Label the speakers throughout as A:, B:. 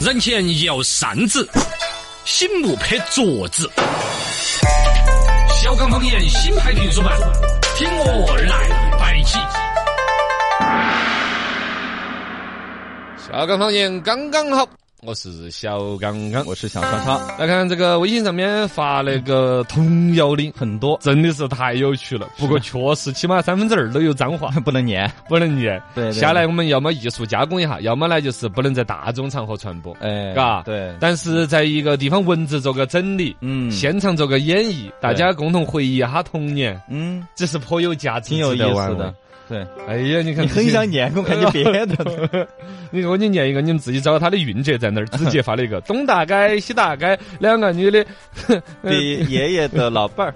A: 人前摇扇子，醒目拍桌子。小刚方言新派评书版，听我来摆起。
B: 小刚方言刚刚好，我是小刚刚。
C: 我是小叉叉，
B: 来看这个微信上面发那个童谣的，
C: 很多
B: 真的是太有趣了。不过确实，起码三分之二都有脏话，
C: 不能念。
B: 不能念。
C: 对对
B: 下来我们要么艺术加工一下，要么呢就是不能在大众场合传播，
C: 哎，
B: 嘎、
C: 对，
B: 但是在一个地方文字做个整理，
C: 嗯
B: 现场做个演绎，大家共同回忆一下童年，
C: 嗯，
B: 这是颇有价值，
C: 挺有意
B: 值得玩
C: 思
B: 味
C: 的。。对，
B: 哎呀，你看，
C: 你很想念，我看你别 的。
B: 你给我你念一个，你们自己找他的韵脚 在那儿，直接发了一个东大街西大街，两个女的，
C: 比爷爷的老 伴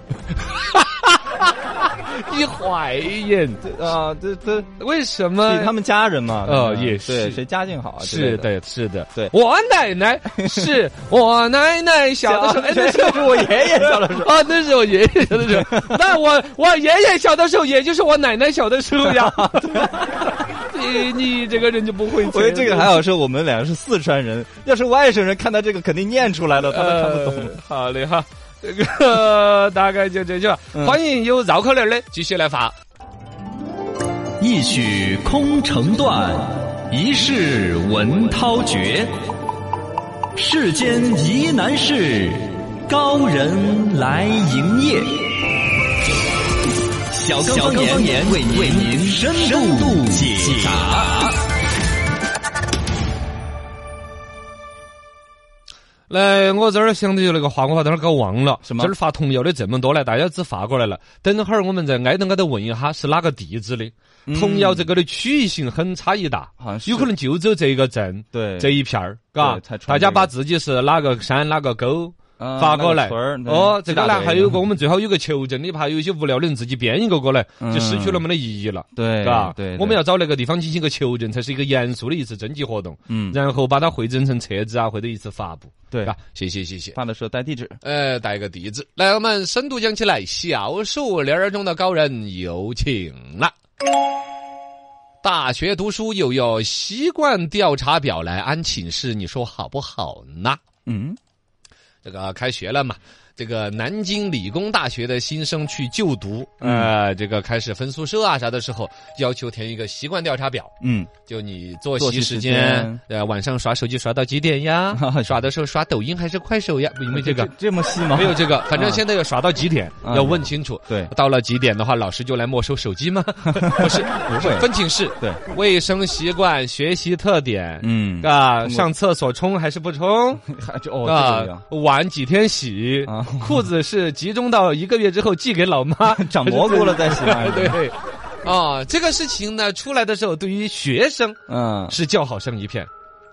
B: 你坏人，
C: 儿啊，这这比
B: 为什么？
C: 他们家人嘛。
B: 呃
C: 嗯
B: 也是
C: 对，谁家境好啊？
B: 是
C: 的，
B: 的，是的，
C: 对
B: 我奶奶是我奶奶小的时 候，哎，那
C: 这
B: 是
C: 是我爷爷小的 时候。
B: 啊，那是我爷爷小的时候， 那我我爷爷小的时候，也就是我奶奶小的时候 呀。你你这个人就不会，
C: 我觉得这个还好，是我们两个是四川人，要是外省人看到这个肯定念出来了，他们看不懂。
B: 呃。好嘞哈，这个大概就这些吧。
C: 嗯
B: 欢迎有绕口令儿的继续来发。
D: 一曲空城断，一世文涛绝。世间疑难事，高人来营业。小刚方言为您为您深度解答。
B: 来，我这儿想的就那个话，我把等会儿搞忘了。
C: 什么
B: 这儿发童谣的这么多来，大家只发过来了。等会儿我们再挨着挨着问一下是哪个地址的。童谣这个的区域性很差异大，
C: 好像嗯是
B: 有可能就走这一个镇，
C: 对
B: 这一片儿，嘎
C: 对才。传
B: 大家
C: 这个
B: 把自己是哪个山哪个沟。
C: 啊
B: 发过来
C: 那个村儿
B: 哦，
C: 对
B: 这个呢
C: 鸡大嗯
B: 还
C: 队
B: 有个，我们最好有个求证的，怕有一些无聊的人自己编一个过来，就失去了我们的意义了。
C: 嗯对，
B: 嘎，
C: 对，
B: 我们要找那个地方进行一个求证，才是一个严肃的一次征集活动，
C: 嗯，
B: 然后把它汇整成册子啊，或者一次发布，
C: 对，
B: 嘎，谢谢谢谢。
C: 发的时候带地址。
B: 呃，带个地址，来，我们深度讲起来，小树林儿中的高人有请了。大学读书又要习惯调查表来安寝室，你说好不好呢？
C: 嗯，
B: 这个开学了嘛，这个南京理工大学的新生去就读，
C: 嗯
B: 呃，这个开始分宿舍啊啥的时候，要求填一个习惯调查表，
C: 嗯，
B: 就你作
C: 作
B: 息
C: 息
B: 时
C: 时
B: 间
C: 间，？
B: 呃，晚上刷手机刷到几点呀 刷的时候刷抖音还是快手呀？不，因为这个。
C: 这么细吗？
B: 没有这个，反正现在要刷到几点，
C: 啊
B: 要问清楚。
C: 对
B: 到了几点的话，老师就来没收手机 吗？不是，
C: 不会
B: 分寝室，
C: 对，
B: 卫生习惯、学习特点，
C: 嗯
B: 啊，上厕所冲还是不冲？
C: 还 就哦，这
B: 啊
C: 个，
B: 晚几天洗
C: 啊，。
B: 裤子是集中到一个月之后寄给老妈。
C: 长蘑菇了再洗吧
B: 对，啊，这个事情呢，出来的时候对于学生
C: 嗯，
B: 是叫好声一片，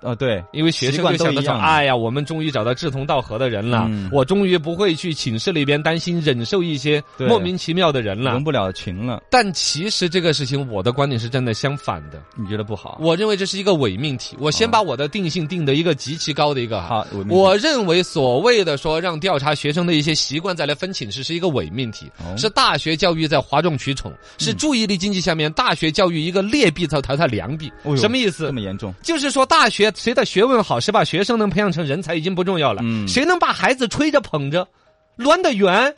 C: 哦，对，
B: 因为学
C: 习
B: 生
C: 惯
B: 就
C: 都
B: 想
C: 一
B: 着说，
C: 样嘛
B: 哎呀，我们终于找到志同道合的人了
C: 嗯，
B: 我终于不会去寝室里边担心忍受一些
C: 对
B: 莫名其妙的人了
C: 融。不了群了，
B: 但其实这个事情，我的观点是站在相反的。
C: 你觉得不好？
B: 我认为这是一个伪命题。我先把我的定性定的一个极其高的一个哈
C: 好伪命，题
B: 我认为所谓的说让调查学生的一些习惯再来分寝室是一个伪命题，
C: 哦
B: 是大学教育在哗众取宠，
C: 嗯
B: 是注意力经济下面大学教育一个劣币淘汰它良币
C: 哦，呦
B: 什么意
C: 这
B: 思
C: 么？严重？
B: 就是说，大学谁的学问好，谁把学生能培养成人才已经不重要了，
C: 嗯，
B: 谁能把孩子吹着捧着。抡得圆，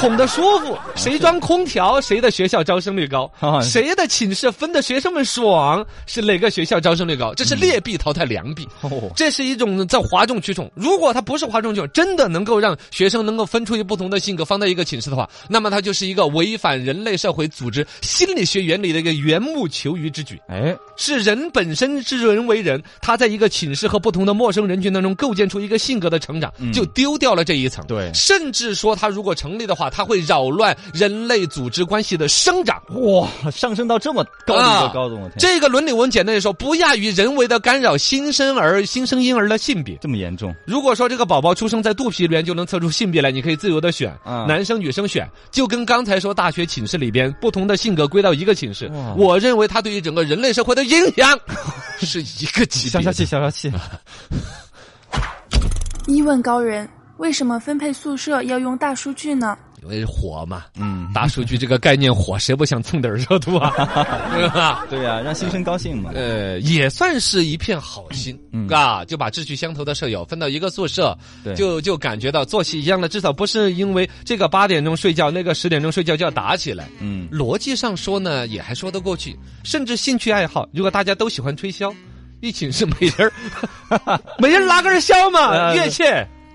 B: 哄得舒服，谁装空调，谁的学校招生率高谁的寝室分的学生们爽，是哪个学校招生率高？这是劣币淘汰良币，
C: 哦，
B: 这是一种在哗众取宠。如果它不是哗众取宠，真的能够让学生能够分出一不同的性格放在一个寝室的话，那么它就是一个违反人类社会组织心理学原理的一个缘木求鱼之举。
C: 哎，
B: 是人本身是人为人，他在一个寝室和不同的陌生人群当中构建出一个性格的成长，就丢掉了这一层。
C: 嗯对
B: 甚至说他如果成立的话，他会扰乱人类组织关系的生长。
C: 哇，上升到这么高的一
B: 啊
C: 个高度，我天，
B: 这个伦理文简单的说，不亚于人为的干扰新生儿、新生婴儿的性别。
C: 这么严重？
B: 如果说这个宝宝出生在肚皮里边就能测出性别来，你可以自由的选，
C: 啊
B: 男生女生选，就跟刚才说大学寝室里边不同的性格归到一个寝室
C: 哇，
B: 我认为它对于整个人类社会的影响 是一个级
C: 消
B: 别
C: 消
B: 的。
C: 气，消 消气。
E: 一问高人，为什么分配宿舍要用大数据呢？
B: 呃火嘛，
C: 嗯，
B: 大数据这个概念火，谁不想蹭点热度 啊？是吧？
C: 对呀、让新生高兴嘛。
B: 呃，也算是一片好心，
C: 嗯
B: 啊，就把志趣相投的舍友分到一个宿舍，
C: 对
B: 就就感觉到作息一样了，至少不是因为这个八点钟睡觉，那个十点钟睡觉就要打起来。
C: 嗯，
B: 逻辑上说呢，也还说得过去，甚至兴趣爱好，如果大家都喜欢吹箫，一寝室每人儿 每人拉根儿箫嘛，
C: 呃
B: 乐器。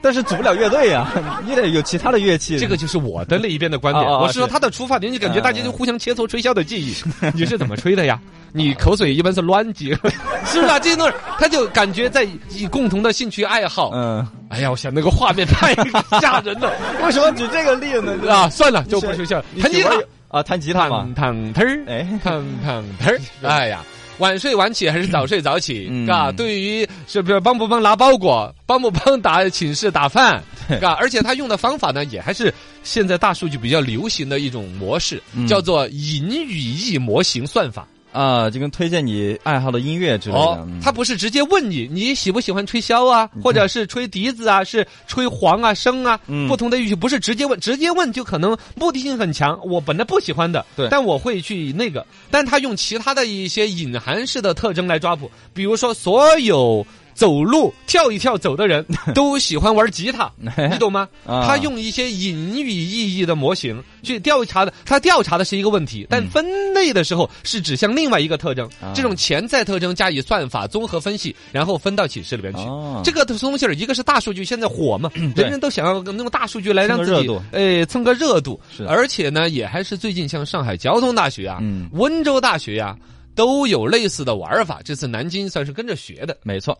C: 但是组不了乐队呀、 你得有其他的乐 器。
B: 这个就是我的那一边的观点。
C: 啊啊啊
B: 我是说
C: 是
B: 他的出发点，你感觉大家就互相切磋吹箫的技艺，你是怎么吹的呀？你口水一般是乱挤，是不是啊？这些东西他就感觉在以共同的兴趣爱好。
C: 嗯，
B: 哎呀，我想那个画面太吓人了
C: 为什么举这个例子呢？
B: 啊！算 了，就不吹箫了，弹吉他，
C: 啊，弹吉他嘛
B: 弹。弹嘚儿，
C: 哎，
B: 烫烫嘚儿， 哎呀。晚睡晚起还是早睡早起，
C: 嗯
B: 嘎、对于是不是帮不帮拿包裹，帮不帮打寝室打 饭，嘎、而且他用的方法呢，也还是现在大数据比较流行的一种模式，
C: 嗯
B: 叫做引语义模型算法。
C: 啊，就跟推荐你爱好的音乐之类的。
B: 哦
C: 嗯，
B: 他不是直接问你你喜不喜欢吹箫啊，或者是吹笛子啊，是吹簧啊、笙啊，
C: 嗯
B: 不同的乐器，不是直接问，直接问就可能目的性很强。我本来不喜欢的，
C: 对
B: 但我会去那个，但他用其他的一些隐含式的特征来抓捕，比如说所有。走路跳一跳走的 人都喜欢玩吉他，你懂吗？
C: 啊
B: 他用一些隐语意义的模型去调查的，他调查的是一个问题，但分类的时候是指向另外一个特征。
C: 嗯啊
B: 这种潜在特征加以算法综合分析，然后分到寝室里边去。
C: 哦嗯
B: 这个东西儿，一个是大数据现在火嘛，
C: 对
B: 人人都想要用大数据来让
C: 蹭个
B: 自己
C: 热度
B: 呃蹭个热度
C: 是，
B: 而且呢，也还是最近像上海交通大学啊、
C: 嗯
B: 温州大学呀、都有类似的玩法。这次南京算是跟着学的。
C: 没错。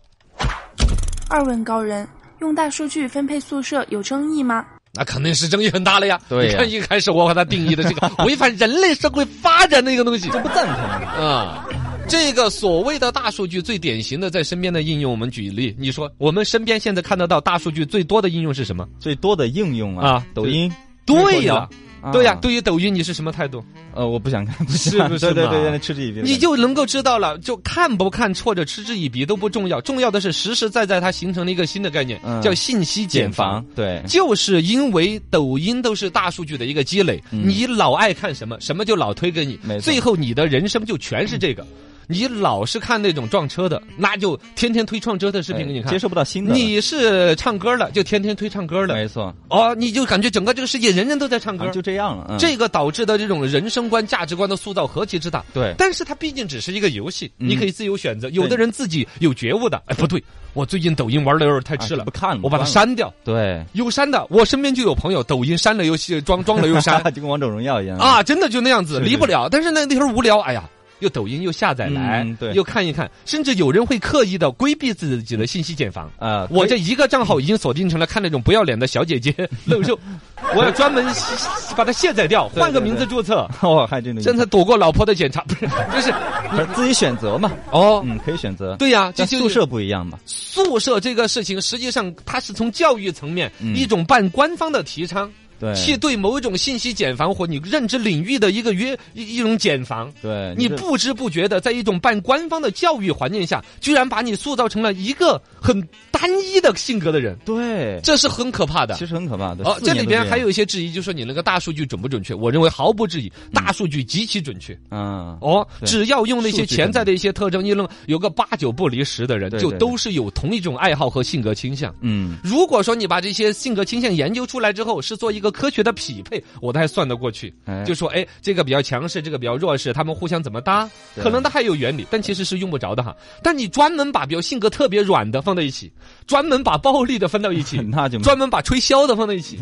E: 二问高人：用大数据分配宿舍有争议吗？
B: 那肯定是争议很大了呀！
C: 对呀
B: 你看一开始我把它定义的这 个违反人类社会发展的一个东西，
C: 不赞同。
B: 啊，这个所谓的大数据最典型的在身边的应用，我们举例，你说我们身边现在看得到大数据最多的应用是什么？
C: 最多的应用啊，
B: 啊
C: 抖音。
B: 对呀、
C: 啊
B: 对呀、对于抖音你是什么态度？
C: 呃，我不想看，不
B: 是
C: 想
B: 不是
C: 对对
B: 嘛
C: 对，让他嗤之以鼻的感觉。
B: 你就能够知道了，就看不看或者嗤之以鼻都不重要，重要的是实实在在它形成了一个新的概念，
C: 嗯
B: 叫信息茧
C: 减
B: 房
C: 房。，对，
B: 就是因为抖音都是大数据的一个积累，
C: 嗯
B: 你老爱看什么，什么就老推给你
C: 没，错
B: 最后你的人生就全是这个。你老是看那种撞车的，那就天天推撞车的视频给你
C: 哎
B: 看。
C: 接受不到新的了。
B: 你是唱歌了，就天天推唱歌了。
C: 没错，
B: 哦，你就感觉整个这个世界人人都在唱歌
C: 啊，就这样了。嗯
B: 这个导致的这种人生观、价值观的塑造何其之大。
C: 对
B: 但是它毕竟只是一个游戏，
C: 嗯
B: 你可以自由选择。有的人自己有觉悟的，哎，不对，我最近抖音玩的有点太
C: 啊
B: 痴
C: 就
B: 了
C: 不，看了，
B: 我把它
C: 关了。
B: 删掉。
C: 对，
B: 有删的，我身边就有朋友抖音删了又卸装装了又删
C: 就跟王者荣耀一样。
B: 啊，真的就那样子，
C: 嗯是
B: 离不了。但是那那时候无聊，哎呀，又抖音又下载来
C: 嗯，对
B: 又看一看，甚至有人会刻意的规避自己的信息茧房。
C: 啊，
B: 我这一个账号已经锁定成了看那种不要脸的小姐 姐露肉，我要专门把它卸载掉，
C: 对
B: 换个名字
C: 对
B: 注册，
C: 我还真的
B: 这才躲过老婆的检查。不是，就是
C: 不是自己选择嘛？
B: 哦，
C: 嗯，可以选择。
B: 对呀，这
C: 但
B: 就
C: 嗯宿舍不一样嘛。
B: 宿舍这个事情，实际上它是从教育层面
C: 嗯
B: 一种半官方的提倡。
C: 对，
B: 去对某一种信息茧房或你认知领域的一个约一一种茧房。
C: 对，
B: 你
C: 呃这
B: 不知不觉的，在一种半官方的教育环境下，居然把你塑造成了一个很单一的性格的人，
C: 对，
B: 这是很可怕的
C: 其。实很可怕。对
B: 哦，
C: 四
B: 这里
C: 年都
B: 边
C: 样
B: 还有一些质疑，就说你那个大数据准不准确？我认为毫不质疑，大数据极其准确。
C: 嗯，
B: 哦，
C: 对
B: 只要用那些
C: 嗯数据
B: 潜在
C: 很
B: 的一些特征，一弄有个八九不离十的人，
C: 对
B: 就
C: 对
B: 都是有同一种爱好和性格倾向。
C: 嗯，
B: 如果说你把这些性格倾向研究出来之后，是做一个科学的匹配，我都还算得过去。
C: 哎
B: 就说，哎，这个比较强势，这个比较弱势，他们互相怎么搭，
C: 对，
B: 可能它还有原理，但其实是用不着的哈。但你专门把比如性格特别软的放到一起，专门把暴力的分到一起
C: 那就
B: 专门把吹箫的放到一 起，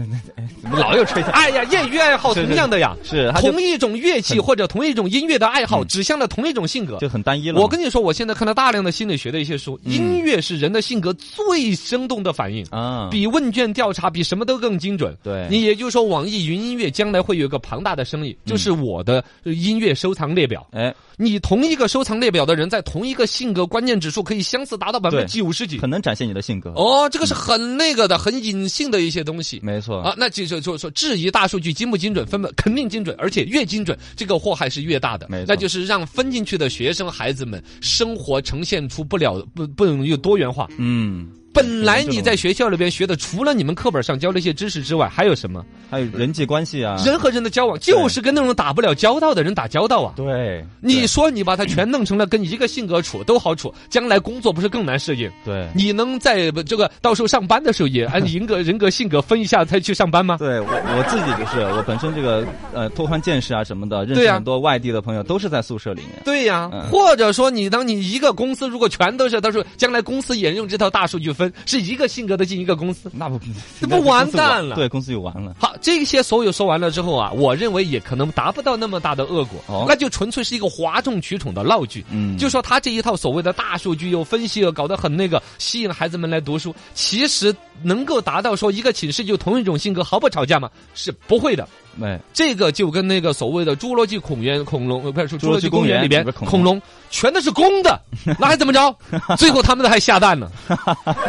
C: 怎么老有吹箫？
B: 哎呀，业余爱好
C: 是是
B: 同样的呀，
C: 是，他就嗯
B: 同一种乐器或者同一种音乐的爱好，指向了同一种性格。
C: 就很单一了嘛。嗯
B: 我跟你说，我现在看到大量的心理学的一些书，音乐是人的性格最生动的反应。
C: 啊，
B: 比问卷调查比什么都更精准。
C: 对
B: 你也就是说，网易云音乐将来会有一个庞大的生意，
C: 嗯
B: 就是我的呃音乐收藏列表。
C: 哎，
B: 你同一个收藏列表的人，在同一个性格关键指数可以相似达到百分之九十几。
C: 很能展现你的性格。
B: 哦，这个是很那个的，很隐性的一些东西。
C: 没错
B: 啊，那就就就说质疑大数据精不精准，分不肯定精准，而且越精准，这个祸害是越大的
C: 没。错
B: 那就是让分进去的学生孩子们生活呈现出不了不不容易多元化。
C: 嗯，
B: 本来你在学校里边学的，除了你们课本上教那些知识之外，还有什么？
C: 还有人际关系啊，
B: 人和人的交往，就是跟那种打不了交道的人打交道啊。
C: 对，
B: 你说你把他全弄成了跟一个性格处都好处，将来工作不是更难适应？
C: 对
B: 你能在这个到时候上班的时候 也啊按人格人格性格分一下再去上班吗？
C: 对我我自己就是我本身这个呃拓宽见识啊什么的，认
B: 对
C: 识
B: 呀
C: 很多外地的朋友都是在宿舍里面。
B: 对呀、
C: 嗯
B: 或者说你当你一个公司如果全都是，他说将来公司也用这套大数据分，是一个性格的进一个公司。
C: 那不
B: 这不
C: 那
B: 完
C: 公司就
B: 蛋了
C: 对，公司就完了。
B: 好，这些所有说完了之后啊，我认为也可能达不到那么大的恶果，
C: 哦
B: 那就纯粹是一个哗众取宠的闹剧。
C: 嗯
B: 就说他这一套所谓的大数据又分析又搞得很那个，吸引孩子们来读书，其实能够达到说一个寝室就同一种性格毫不吵架吗？是不会的。
C: 哎，
B: 这个就跟那个所谓的《侏罗纪恐园》恐龙，呃不是《
C: 侏
B: 侏罗
C: 罗
B: 纪
C: 纪
B: 公
C: 公
B: 园》
C: 园
B: 里边
C: 里边恐龙
B: 恐龙全都是公的，那还怎么 着？最后他们的还下蛋呢，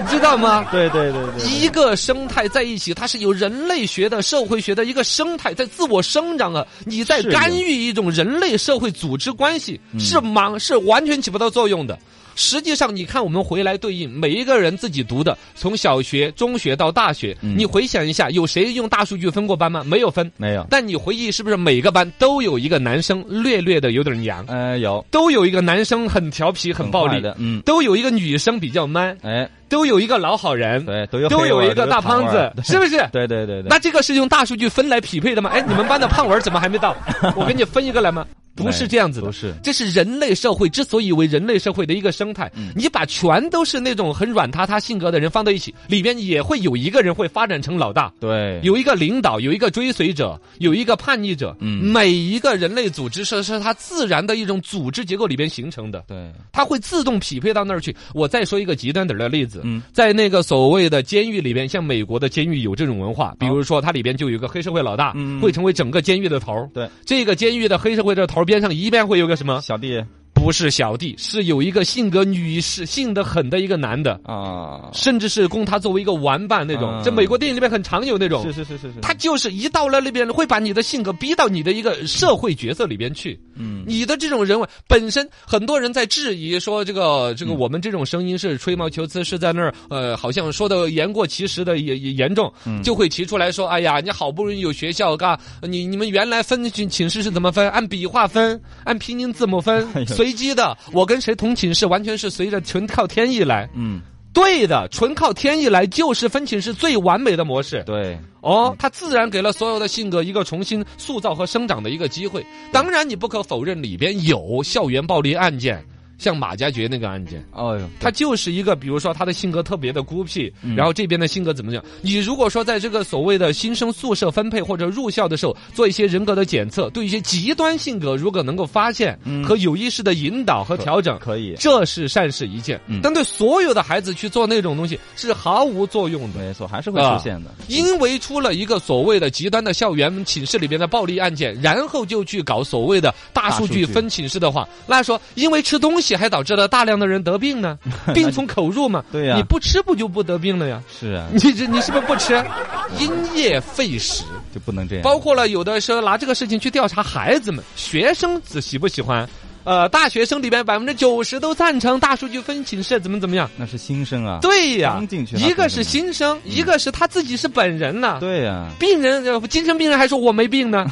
B: 你知道吗？
C: 对对对对，
B: 一个生态在一起，它是有人类学的、社会学的一个生态在自我生长啊！你在
C: 是的
B: 干预一种人类社会组织关系，
C: 嗯
B: 是忙是完全起不到作用的。实际上，你看我们回来对应每一个人自己读的，从小学、中学到大学，
C: 嗯
B: 你回想一下，有谁用大数据分过班吗？没有分。
C: 没有。
B: 但你回忆是不是每个班都有一个男生略略的有点娘，
C: 哎，有
B: 都有一个男生很调皮、很暴
C: 坏
B: 力
C: 的，，嗯，
B: 都有一个女生比较 man，
C: 哎，
B: 都有一个老好人，
C: 对，都有
B: 都
C: 黑
B: 有
C: 味儿
B: 一个大胖子，，
C: 都有
B: 是不是？
C: 对对对对，
B: 那这个是用大数据分来匹配的吗？哎，你们班的胖文儿怎么还没 到？我给你分一个来吗？不是这样子的，
C: 不是
B: 这是人类社会之所以为人类社会的一个生态。
C: 嗯
B: 你把全都是那种很软塌塌性格的人放到一起，里边也会有一个人会发展成老大，
C: 对，
B: 有一个领导，有一个追随者，有一个叛逆者。
C: 嗯
B: 每一个人类组织是是它自然的一种组织结构里边形成的。
C: 对，
B: 它会自动匹配到那儿去。我再说一个极端点儿的例子，
C: 嗯
B: 在那个所谓的监狱里边，像美国的监狱有这种文化，比如说它里边就有一个黑社会老大，
C: 哦嗯
B: 会成为整个监狱的头儿
C: 对，
B: 这个监狱的黑社会的头儿边上一般会有个什么？
C: 小弟
B: 不是小弟，是有一个性格女士性的很的一个男的，
C: 啊，
B: 甚至是供他作为一个玩伴那种。
C: 嗯
B: 这美国电影里面很常有那种。
C: 是是是是是，
B: 他就是一到了那边，会把你的性格逼到你的一个社会角色里边去。
C: 嗯，
B: 你的这种人文本身，很多人在质疑说，这个
C: 嗯
B: 这个我们这种声音是吹毛求疵，是在那儿呃，好像说的言过其实的也也严重，
C: 嗯
B: 就会提出来说，哎呀，你好不容易有学校，嘎，你你们原来分寝寝室是怎么分？按笔画分，按拼音字母分
C: 哎，呦
B: 随机的。我跟谁同寝室，完全是随着纯靠天意来。
C: 嗯，
B: 对的，纯靠天意来就是分寝室最完美的模式。
C: 对，嗯
B: 哦，它自然给了所有的性格一个重新塑造和生长的一个机会。当然，你不可否认里边有校园暴力案件，像马加爵那个案件。
C: 哦哟，
B: 他就是一个，比如说他的性格特别的孤僻，
C: 嗯
B: 然后这边的性格怎么样？你如果说在这个所谓的新生宿舍分配或者入校的时候，做一些人格的检测，对一些极端性格如果能够发现和有意识的引导和调整，
C: 嗯可以，嗯
B: 这是善事一件。但对所有的孩子去做那种东西是毫无作用的。
C: 没错，还是会出现的，
B: 因为出了一个所谓的极端的校园寝室里边的暴力案件，然后就去搞所谓的大数据
C: 大数据
B: 分寝室的话，那说因为吃东西还导致了大量的人得病 呢，病从口入嘛，
C: 对呀
B: 你不吃不就不得病了呀？
C: 是啊，
B: 你这你是不是不吃？因噎废食，
C: 就不能这样，
B: 包括了有的时候拿这个事情去调查孩子们、学生子喜不喜欢。呃，大学生里边百分之九十都赞成大数据分寝室怎么怎么样。
C: 那是新生啊，
B: 对呀
C: 刚进，去那
B: 一个
C: 肯
B: 是
C: 定
B: 新生，一个是他自己是本人呐。
C: 嗯对呀，
B: 病人呃精神病人还说我没病 呢，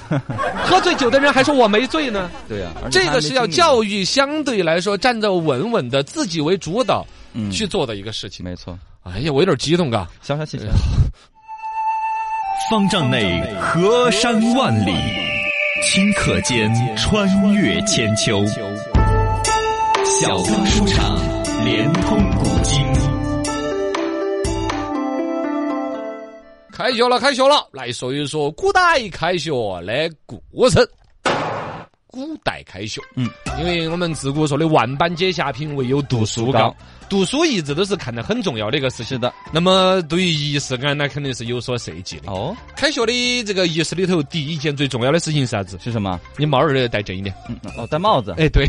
B: 喝醉酒的人还说我没醉呢。
C: 对呀，而且
B: 这
C: 他还
B: 个
C: 没
B: 是要
C: 经历
B: 教
C: 过，
B: 育相对来说站着稳稳的，自己为主导
C: 嗯，
B: 去做的一个事情。
C: 没错，
B: 哎呀，我有点激动嘎。
C: 消消气，
D: 方丈内河山万里，顷刻间穿越千秋。小刚书场，连通古今。
B: 开学了，开学了，来说一说古代开学的故事。古代开学，嗯
C: 嗯，
B: 因为我们自古说的万般皆下品，唯有读书高
C: 高。
B: 读书一直都是看得很重要的一个事情。
C: 是的，
B: 那么对于仪式感，那肯定是有所设计的。
C: 哦，
B: 开学的这个仪式里头，第一件最重要的事情是啥子？
C: 是什么？
B: 你帽儿要戴正一点。
C: 嗯哦，戴帽子，
B: 哎， 对，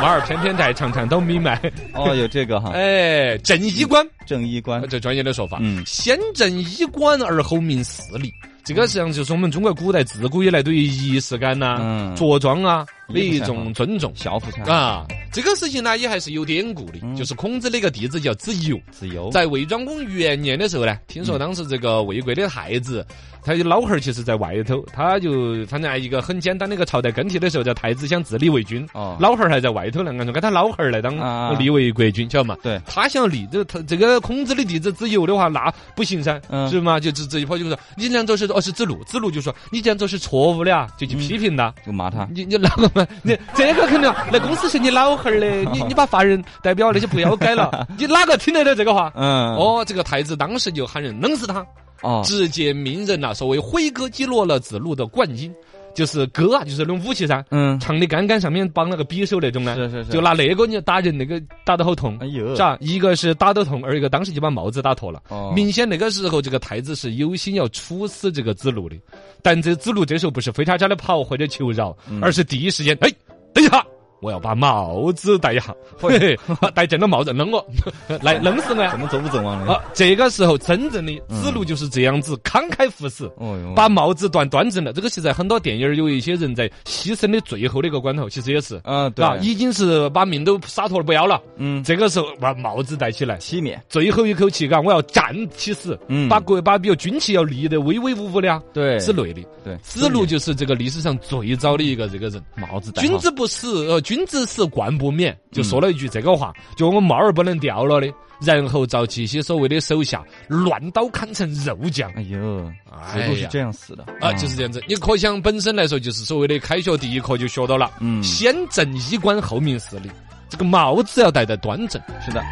B: 帽儿偏偏戴，长长都明白。
C: 哦，有这个哈，
B: 哎，正衣冠，
C: 正衣冠，
B: 这专业的说法。
C: 嗯
B: 先正衣冠而后明事理。这个实际上就是我们中国古代自古以来对于仪式感呐、
C: 嗯
B: 着装啊的一
C: 衣服才
B: 种
C: 好
B: 尊重
C: 小服才，
B: 啊。这个事情呢也还是有典故的，
C: 嗯
B: 就是孔子的一个弟子叫子游，
C: 子游
B: 在魏庄公元年的时候呢，听说当时这个魏国的太子，他老汉儿其实在外头，他就反正一个很简单的一个朝代更替的时候，叫太子想自立为君，
C: 哦
B: 老汉儿还在外头呢，按照给他老汉儿来
C: 啊
B: 当立为国君，晓得嘛？
C: 对
B: 他想立这他这个孔子的弟子子游的话，那不行噻，
C: 嗯
B: 是吗？就这这一波就说你这样做是哦是子路，子路就说你这样做是错误的啊，就去批评他。
C: 就骂他，
B: 你你哪个嘛？你这个肯定啊，那公司是你老汉儿的， 你你把法人代表那些不要改了，你哪个听得到这个话？
C: 嗯，
B: 哦，这个太子当时就喊人弄死他，
C: 哦，
B: 直接命人呐、所谓挥戈击落了子路的冠巾，就是戈啊，就是那种武器噻，
C: 嗯，
B: 长的杆杆上面绑了个匕首那种呢，
C: 是是是
B: 就拿那个你打人，那个打得好痛
C: 哎，呦
B: 是，吧？一个是打得痛，二一个当时就把帽子打脱了。
C: 哦
B: 明显那个时候，这个太子是有心要处死这个子路的，但这子路这时候不是飞叉叉的跑或者求饶，
C: 嗯
B: 而是第一时间，哎，等一下。我要把帽子戴一下，嘿 嘿，戴正了帽子，弄我， 来弄死我呀
C: 怎！么走不走啊？
B: 啊，这个时候真正的
C: 嗯
B: 子路就是这样子慷慨赴死，
C: 哦哟，
B: 把帽子端端正了。这个其实在很多电影儿有一些人在牺牲的最后的一个关头，其实也是，
C: 嗯，对
B: 啊，已经是把命都洒脱了不要了，
C: 嗯，
B: 这个时候把帽子戴起来，
C: 熄灭，
B: 最后一口气，嘎，我要站起死，
C: 嗯
B: 把国把比如军旗要立得威威武武的啊，
C: 对
B: 之类的。
C: 对，
B: 子路就是这个历史上最早的一个这个人。
C: 帽子戴好
B: 君子不死，呃，君子死冠不免，就说了一句这个话，就我帽儿不能掉了的。然后遭其些所谓的手下乱刀砍成肉酱。
C: 哎呦，子
B: 哎
C: 路
B: 呀
C: 是这样死的嗯
B: 啊，就是这样子。你可想本身来说，就是所谓的开学第一课就学到了，
C: 嗯
B: 先正衣冠后明事理，这个帽子要戴得端正。
C: 是的，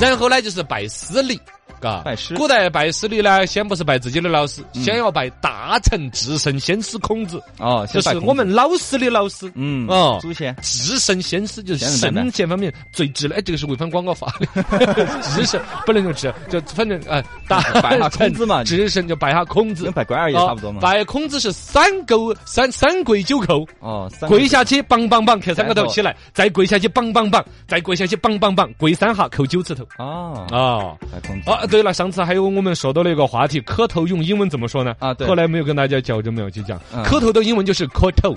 B: 然后呢，就是拜师礼，嘎，
C: 拜师
B: 古代拜师礼嗯呢，先不是拜自己的老师，先要拜大成至圣先师孔子，
C: 哦，
B: 就
C: 先
B: 是
C: 拜孔
B: 我们老师的老师。
C: 嗯
B: 哦
C: 祖先
B: 至圣先师就是
C: 先人拜拜
B: 圣贤方面最值了，哎，这个是违反广告 法的。至圣不能用至，就反正呃，大
C: 拜下孔子嘛
B: 至圣就拜下孔子
C: 跟，拜关二爷差不多嘛，
B: 哦拜孔子是三叩三三跪九叩，
C: 哦，三个
B: 跪下去，梆梆梆，磕三个头起来，再跪下去，梆梆梆，再跪下去，梆梆梆，跪三下，叩九次头。
C: 哦，
B: 啊
C: 拜孔子
B: 啊！对了，上次还有我们说到了一个话题，磕头用英文怎么说呢？
C: 啊对
B: 后来没有跟大家讲，就没有去讲。
C: 嗯
B: 磕头的英文就是磕 头，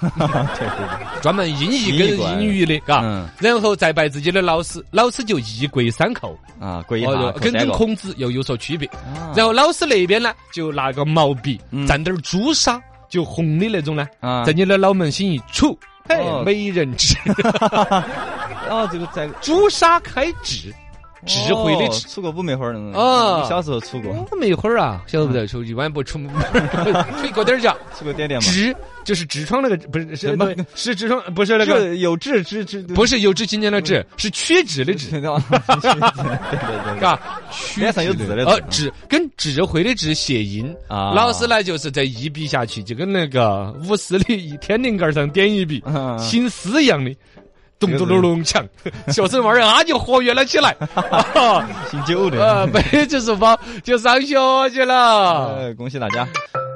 C: 对对对，
B: 专门音译跟英语的，嘎、
C: 嗯
B: 然后再拜自己的老师，老师就一跪三叩，
C: 啊，跪一下
B: 哦，，
C: 口
B: 跟
C: 塞
B: 跟
C: 过
B: 孔子又有所区别。
C: 啊
B: 然后老师那边呢，就拿个毛笔
C: 嗯
B: 蘸点儿朱砂，就红的那种呢，
C: 啊
B: 在你的脑门心一杵，嘿，
C: 哦
B: 美人指，
C: 哦，这个在
B: 朱砂开指，智慧的智。
C: 出过不梅花儿那种
B: 哦
C: 小时候出过，
B: 我们一会儿啊，晓得不得？说一般不出 门，吹过点儿脚，
C: 出过点点嘛。
B: 痔就是痔疮那个，不是是
C: 什么
B: 不是是痔疮，不是那个，
C: 这有志之之，
B: 不是有痔青年的痔，是曲痔的痔，
C: 对对对，
B: 嘎，曲
C: 边上有字的
B: 呃，
C: 字
B: 痔跟智慧的智谐音
C: 啊
B: 老师呢，就是在一笔下去，就跟那个舞狮的一天灵盖儿上点一笔
C: 嗯，
B: 醒狮一样的。咚咚隆隆 锵，学生娃儿啊就活跃了起来，啊
C: 姓九
B: 呃，
C: 的。
B: 背着书包就上学去了。
C: 呃，恭喜大家！
B: 嗯哎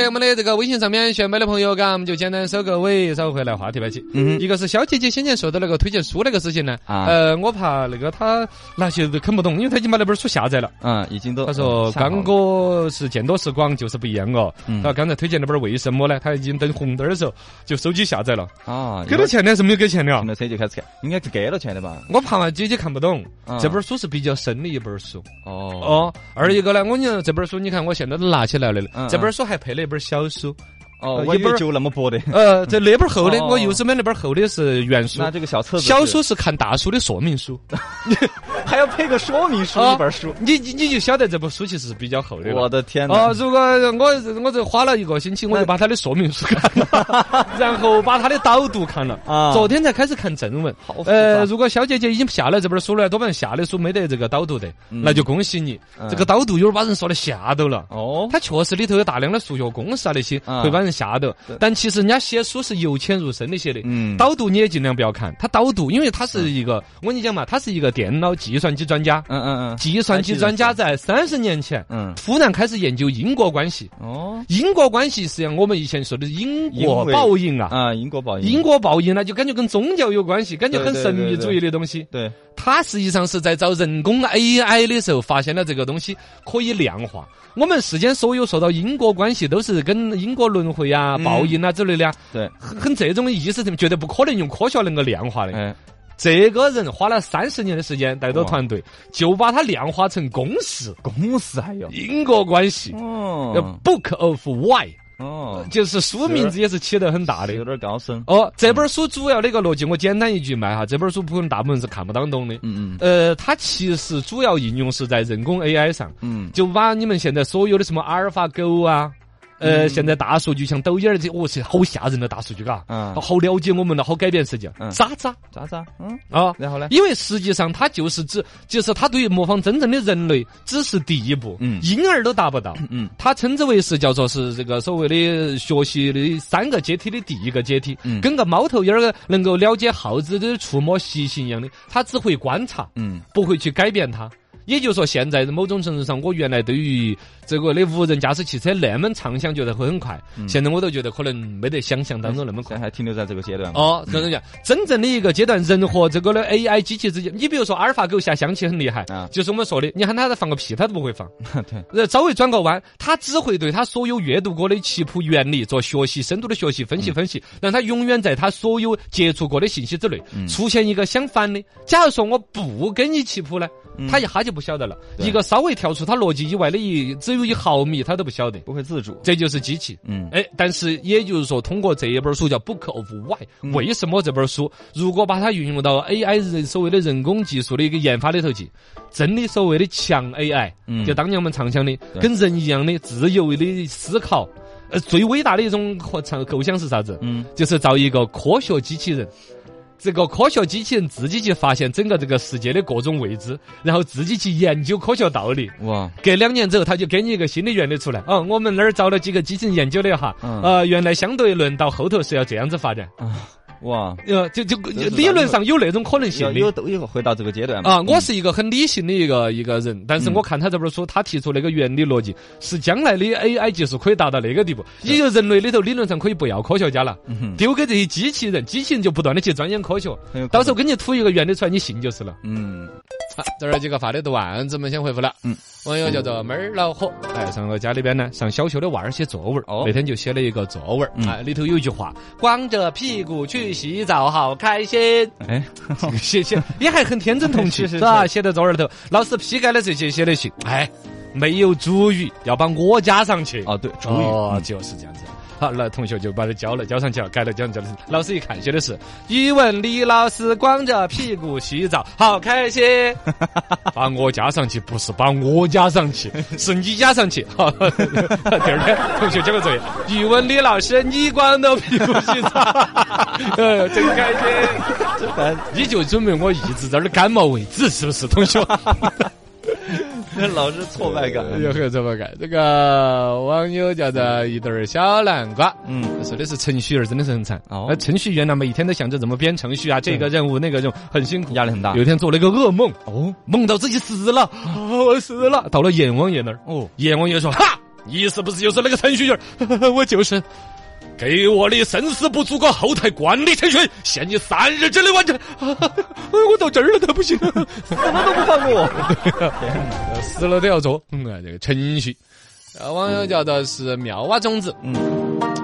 B: 来，我们的这个微信上面选美的朋友，嘎，我们就简单收个尾，稍后回来话题摆起。
C: 嗯
B: 一个是小姐姐先前说的那个推荐书那个事情呢，
C: 啊
B: 呃，我怕那个她那些都啃不懂，因为她已经把那本书下载了。
C: 嗯，已经都
B: 她说
C: 嗯：“下好
B: 刚哥是见多识广，就是不一样哦。
C: 嗯
B: 她刚才推荐那本《为什么》呢，她已经等红灯儿的时候就手机下载了，
C: 啊，
B: 给了钱呢是没有给钱的啊
C: 停。了车就开始看，应该是给了钱的吧？
B: 我怕嘛姐姐看不懂，
C: 啊
B: 这本书是比较深的一本书。
C: 哦
B: 哦，二一个呢，我讲这本书，你看我现在都拿起来了
C: 嗯
B: 的，这本书还配了一本小书。
C: 哦，
B: 呃
C: 我
B: 一
C: 以为
B: 本
C: 就那么薄的，
B: 呃，这那本厚的，
C: 哦
B: 我幼师买那本厚的是原书
C: 那。这个小册子
B: 小
C: 是
B: 书是看大书的说明 书，
C: 还要配个说明书
B: 啊
C: 一本书，
B: 你你你就晓得这本书其实是比较厚的
C: 我
B: 了。
C: 的天
B: 哦
C: 哪，！
B: 如果我我这花了一个星期，我就把他的说明书看 了，然后把他的导读看了。
C: 啊
B: 昨天才开始看正文。
C: 好复杂
B: 呃，如果小姐姐已经下了这本书了，多半下的书没得这个导读的，
C: 嗯
B: 那就恭喜你，这个导读有点把人说的吓到了。
C: 哦，
B: 它确实里头有大量的数学公式啊那些，
C: 啊
B: 会把人吓到
C: 对。
B: 但其实人家写书是由浅入深的写的，
C: 嗯
B: 导读你也尽量不要看。他导读，因为他是一个，我跟你讲嘛，他是一个电脑计算机专家。
C: 嗯嗯嗯，
B: 计算机专家在三十年前，
C: 嗯
B: 突然开始研究因果关系。
C: 哦
B: 因果关系实际上我们以前说的因果
C: 因为
B: 报应啊，
C: 啊，因果报应，
B: 因果报应呢就感觉跟宗教有关系，感觉很
C: 对对
B: 神
C: 对
B: 秘
C: 对
B: 主义的东西。
C: 对，
B: 他实际上是在找人工 AI 的时候，发现了这个东西可以量化。我们世间所有说到因果关系，都是跟因果轮头呀、报应啊之类的啊，
C: 对，
B: 很很这种意识层面，绝对不可能用科学能够量化的。
C: 哎，
B: 这个人花了三十年的时间带着团队，就把它量化成公式、
C: 公司还有，
B: 因果关系、呃
C: 哦
B: Book of Why，
C: 哦，
B: 就是书名字也是起得很大的
C: 有。点高深，
B: 哦，这本书主要的一个逻辑，我简单一句卖哈，这本书普通大部分是看不当懂的。
C: 嗯
B: 呃，它其实主要应用是在人工 AI 上，
C: 嗯
B: 就把你们现在所有的什么阿尔法狗啊。
C: 嗯
B: 呃，现在大数据像抖音儿这，我去，好吓人的大数据，嘎，
C: 嗯
B: 好了解我们了，好改变世界，
C: 嗯
B: 渣渣
C: 嗯，咋咋，嗯，
B: 啊！
C: 然后呢？
B: 因为实际上它就是指，就是它对于模仿真正的人类只是第一步，
C: 嗯
B: 婴儿都达不到，
C: 嗯
B: 它称之为是叫做是这个所谓的学习的三个阶梯的第一个阶梯，
C: 嗯
B: 跟个猫头鹰儿能够了解耗子的触摸习性一样的，它只会观察，
C: 嗯
B: 不会去改变它。也就是说，现在某种程度上，我原来对于这个的无人驾驶汽车那么畅想，觉得会很快，现在我都觉得可能没得想象当中那么快
C: 现在。还停留在这个阶段吗？
B: 哦，跟人讲，真正的一个阶段，人和这个的 AI 机器之间，你比如说阿尔法狗下象棋很厉害，
C: 啊
B: 就是我们说的，你喊它放个屁，它都不会放。
C: 对，
B: 呃，稍微转个弯，它只会对它所有阅读过的棋谱原理做学习，深度的学习，分析
C: 嗯
B: 分析，让它永远在它所有接触过的信息之内
C: 嗯
B: 出现一个相反的。假如说我不给你棋谱呢，
C: 嗯
B: 它一下就不晓得了，一个稍微跳出它逻辑以外的一只有一毫米，它都不晓得。
C: 不会自主，
B: 这就是机器。
C: 嗯
B: 哎，但是也就是说，通过这一本书叫《Book of Why》，为
C: 嗯
B: 什么这本书如果把它运用到 AI 人所谓的人工技术的一个研发里头去，真的所谓的强 AI，、
C: 嗯
B: 就当年我们常想的，跟人一样的自由的思考。呃，最伟大的一种构构想是啥子？
C: 嗯，
B: 就是造一个科学机器人。这个科学机器人自己去发现整个这个世界的各种未知，然后自己去研究科学道理，
C: 哇，
B: 隔两年之后，他就给你一个新的原理出来。啊、我们那儿招了几个机器人研究了一下，
C: 嗯
B: 呃，原来相对论到后头是要这样子发展，
C: 哇，
B: 呃，就就
C: 就是
B: 理论上有那种可能性
C: 要
B: 的
C: 有。都有回到这个阶段嘛？
B: 啊，我是一个很理性的一个一个人，但是我看他这本书，他提出那个原理逻辑是将来的 AI 技术可以达到那个地步，也就人类里头理论上可以不要科学家了，
C: 嗯哼
B: 丢给这些机器人，机器人就不断的去钻研科学
C: 很有可能，
B: 到时候给你吐一个原理出来，你信就是了。
C: 嗯，
B: 好， 这儿几个发的段子们先回复了。嗯
C: 嗯，
B: 网友叫做妹儿老火，哎，上我家里边呢，上小学的娃儿写作文，
C: 哦
B: 那天就写了一个作文，啊，里头有一句话：光着屁股去洗澡，好开心。
C: 哎，
B: 写写，你还很天真童趣，
C: 是是是
B: 吧？写在作文里头，老师批改了这些，写的行。哎，没有主语，要把我加上去。
C: 哦，对，主语，
B: 哦，就是这样子。好，那同学就把它交了，交上去了，改了，交上去了。老师一看，写的是语文李老师光着屁股洗澡，好开 心。把我加上去，不是把我加上去， 是你加上去。好，第二天同学交个作业，语文李老师你光着屁股洗 澡，呃，真开心。
C: 这还
B: 你就准备我一直在那儿感冒为止，是不是，同 学？
C: 这 老是挫败感，
B: 有何怎么干？这个网友叫做一对儿小南瓜，
C: 嗯，
B: 说的是程序员真的是很惨。
C: 哦
B: 那程序员呢，每天都想着怎么编程序啊，这个任务那个任务，很辛苦。
C: 压力很大
B: 有一天做了一个噩梦，
C: 哦，
B: 梦到自己死了，啊，我死了，到了阎王爷那儿。
C: 哦，
B: 阎王爷说：“哈，你是不是就是那个程序员？我就是。”给我的生死不足个后台管理程序，限你三日之内完成。哎我到这儿了都不行，
C: 怎么都不放过我，
B: 死了都要做。嗯，啊这个程序。呃，网友叫的是妙蛙种子，
C: 嗯，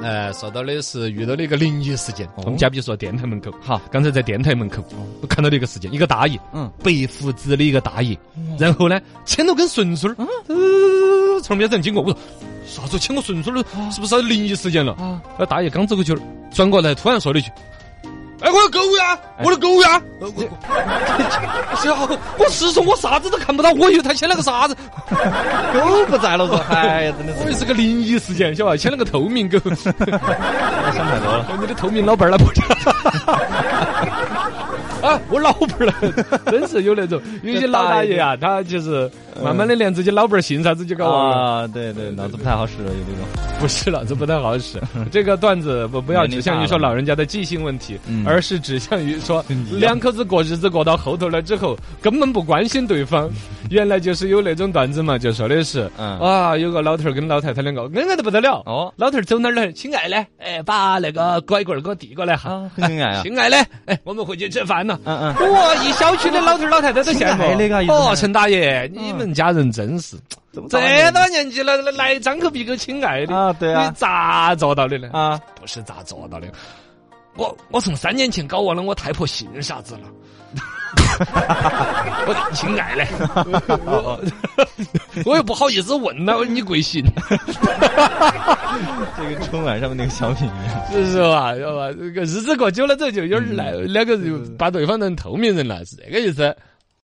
B: 呃，说到的是遇到了一个灵异事件。
C: 哦
B: 我们家比如说电台门口，
C: 好，
B: 刚才在电台门口我看到了一个事件，一个大爷，
C: 哦嗯，
B: 白胡子的一个大爷，然后呢牵了根绳绳儿，
C: 嗯
B: 呃从旁边人经过，我说啥子牵个绳绳儿了？是不是灵异事件了？
C: 啊
B: 那大爷刚走过去了，转过来突然说了一句：“哎，我的狗呀，我的狗呀！”呃我
C: 哎
B: 我是啊，我 我是说我啥子都看不到，我以为他牵了个啥子。
C: 狗不在了，我哎呀，真的
B: 我
C: 是
B: 也是个灵异事件，晓得吧？牵了个透明狗，哎
C: 想太多了，
B: 你的透明老伴儿来不着。 啊，我老伴儿了，真是有那种有些老大爷啊，他就是慢慢的
C: 嗯
B: 连自己老伴儿姓啥子就搞忘了，
C: 啊，对对，脑子不太好使，有这种，
B: 不是了，这不太好 使。这个段子不不要指向于说老人家的记性问题，
C: 嗯
B: 而是指向于 说两口子过日子过到后头了之后，根本不关心对方。原来就是有那种段子嘛，就说的是，
C: 嗯
B: 啊，有个老头儿跟老太太两个恩爱的不得了，
C: 哦，
B: 老头儿走哪儿呢？亲爱的，哎，把那个拐棍儿给我递过来哈。
C: 啊，很恩爱 啊，
B: 亲爱的，哎，我们回去吃饭了。啊，
C: 嗯嗯，
B: 哇，一小区的老头儿老太太都羡慕
C: 亲爱的嘎一直
B: 哦，
C: 在
B: 陈大爷，你们家人真是
C: 怎么
B: 这
C: 到那
B: 把年纪了，来来张口闭口亲爱的
C: 啊对啊
B: 你咋做到的呢？
C: 啊，
B: 不是咋做到的，我我从三年前搞忘了我太婆姓啥子了。 我亲爱嘞， 我又不好意思问了，你贵 姓？
C: 这个春晚上面那个小品一样，
B: 是是吧？
C: 嗯
B: 是吧？这个日子过久了之后，就有点儿来，两个人就把对方当透明人了，是这个意思。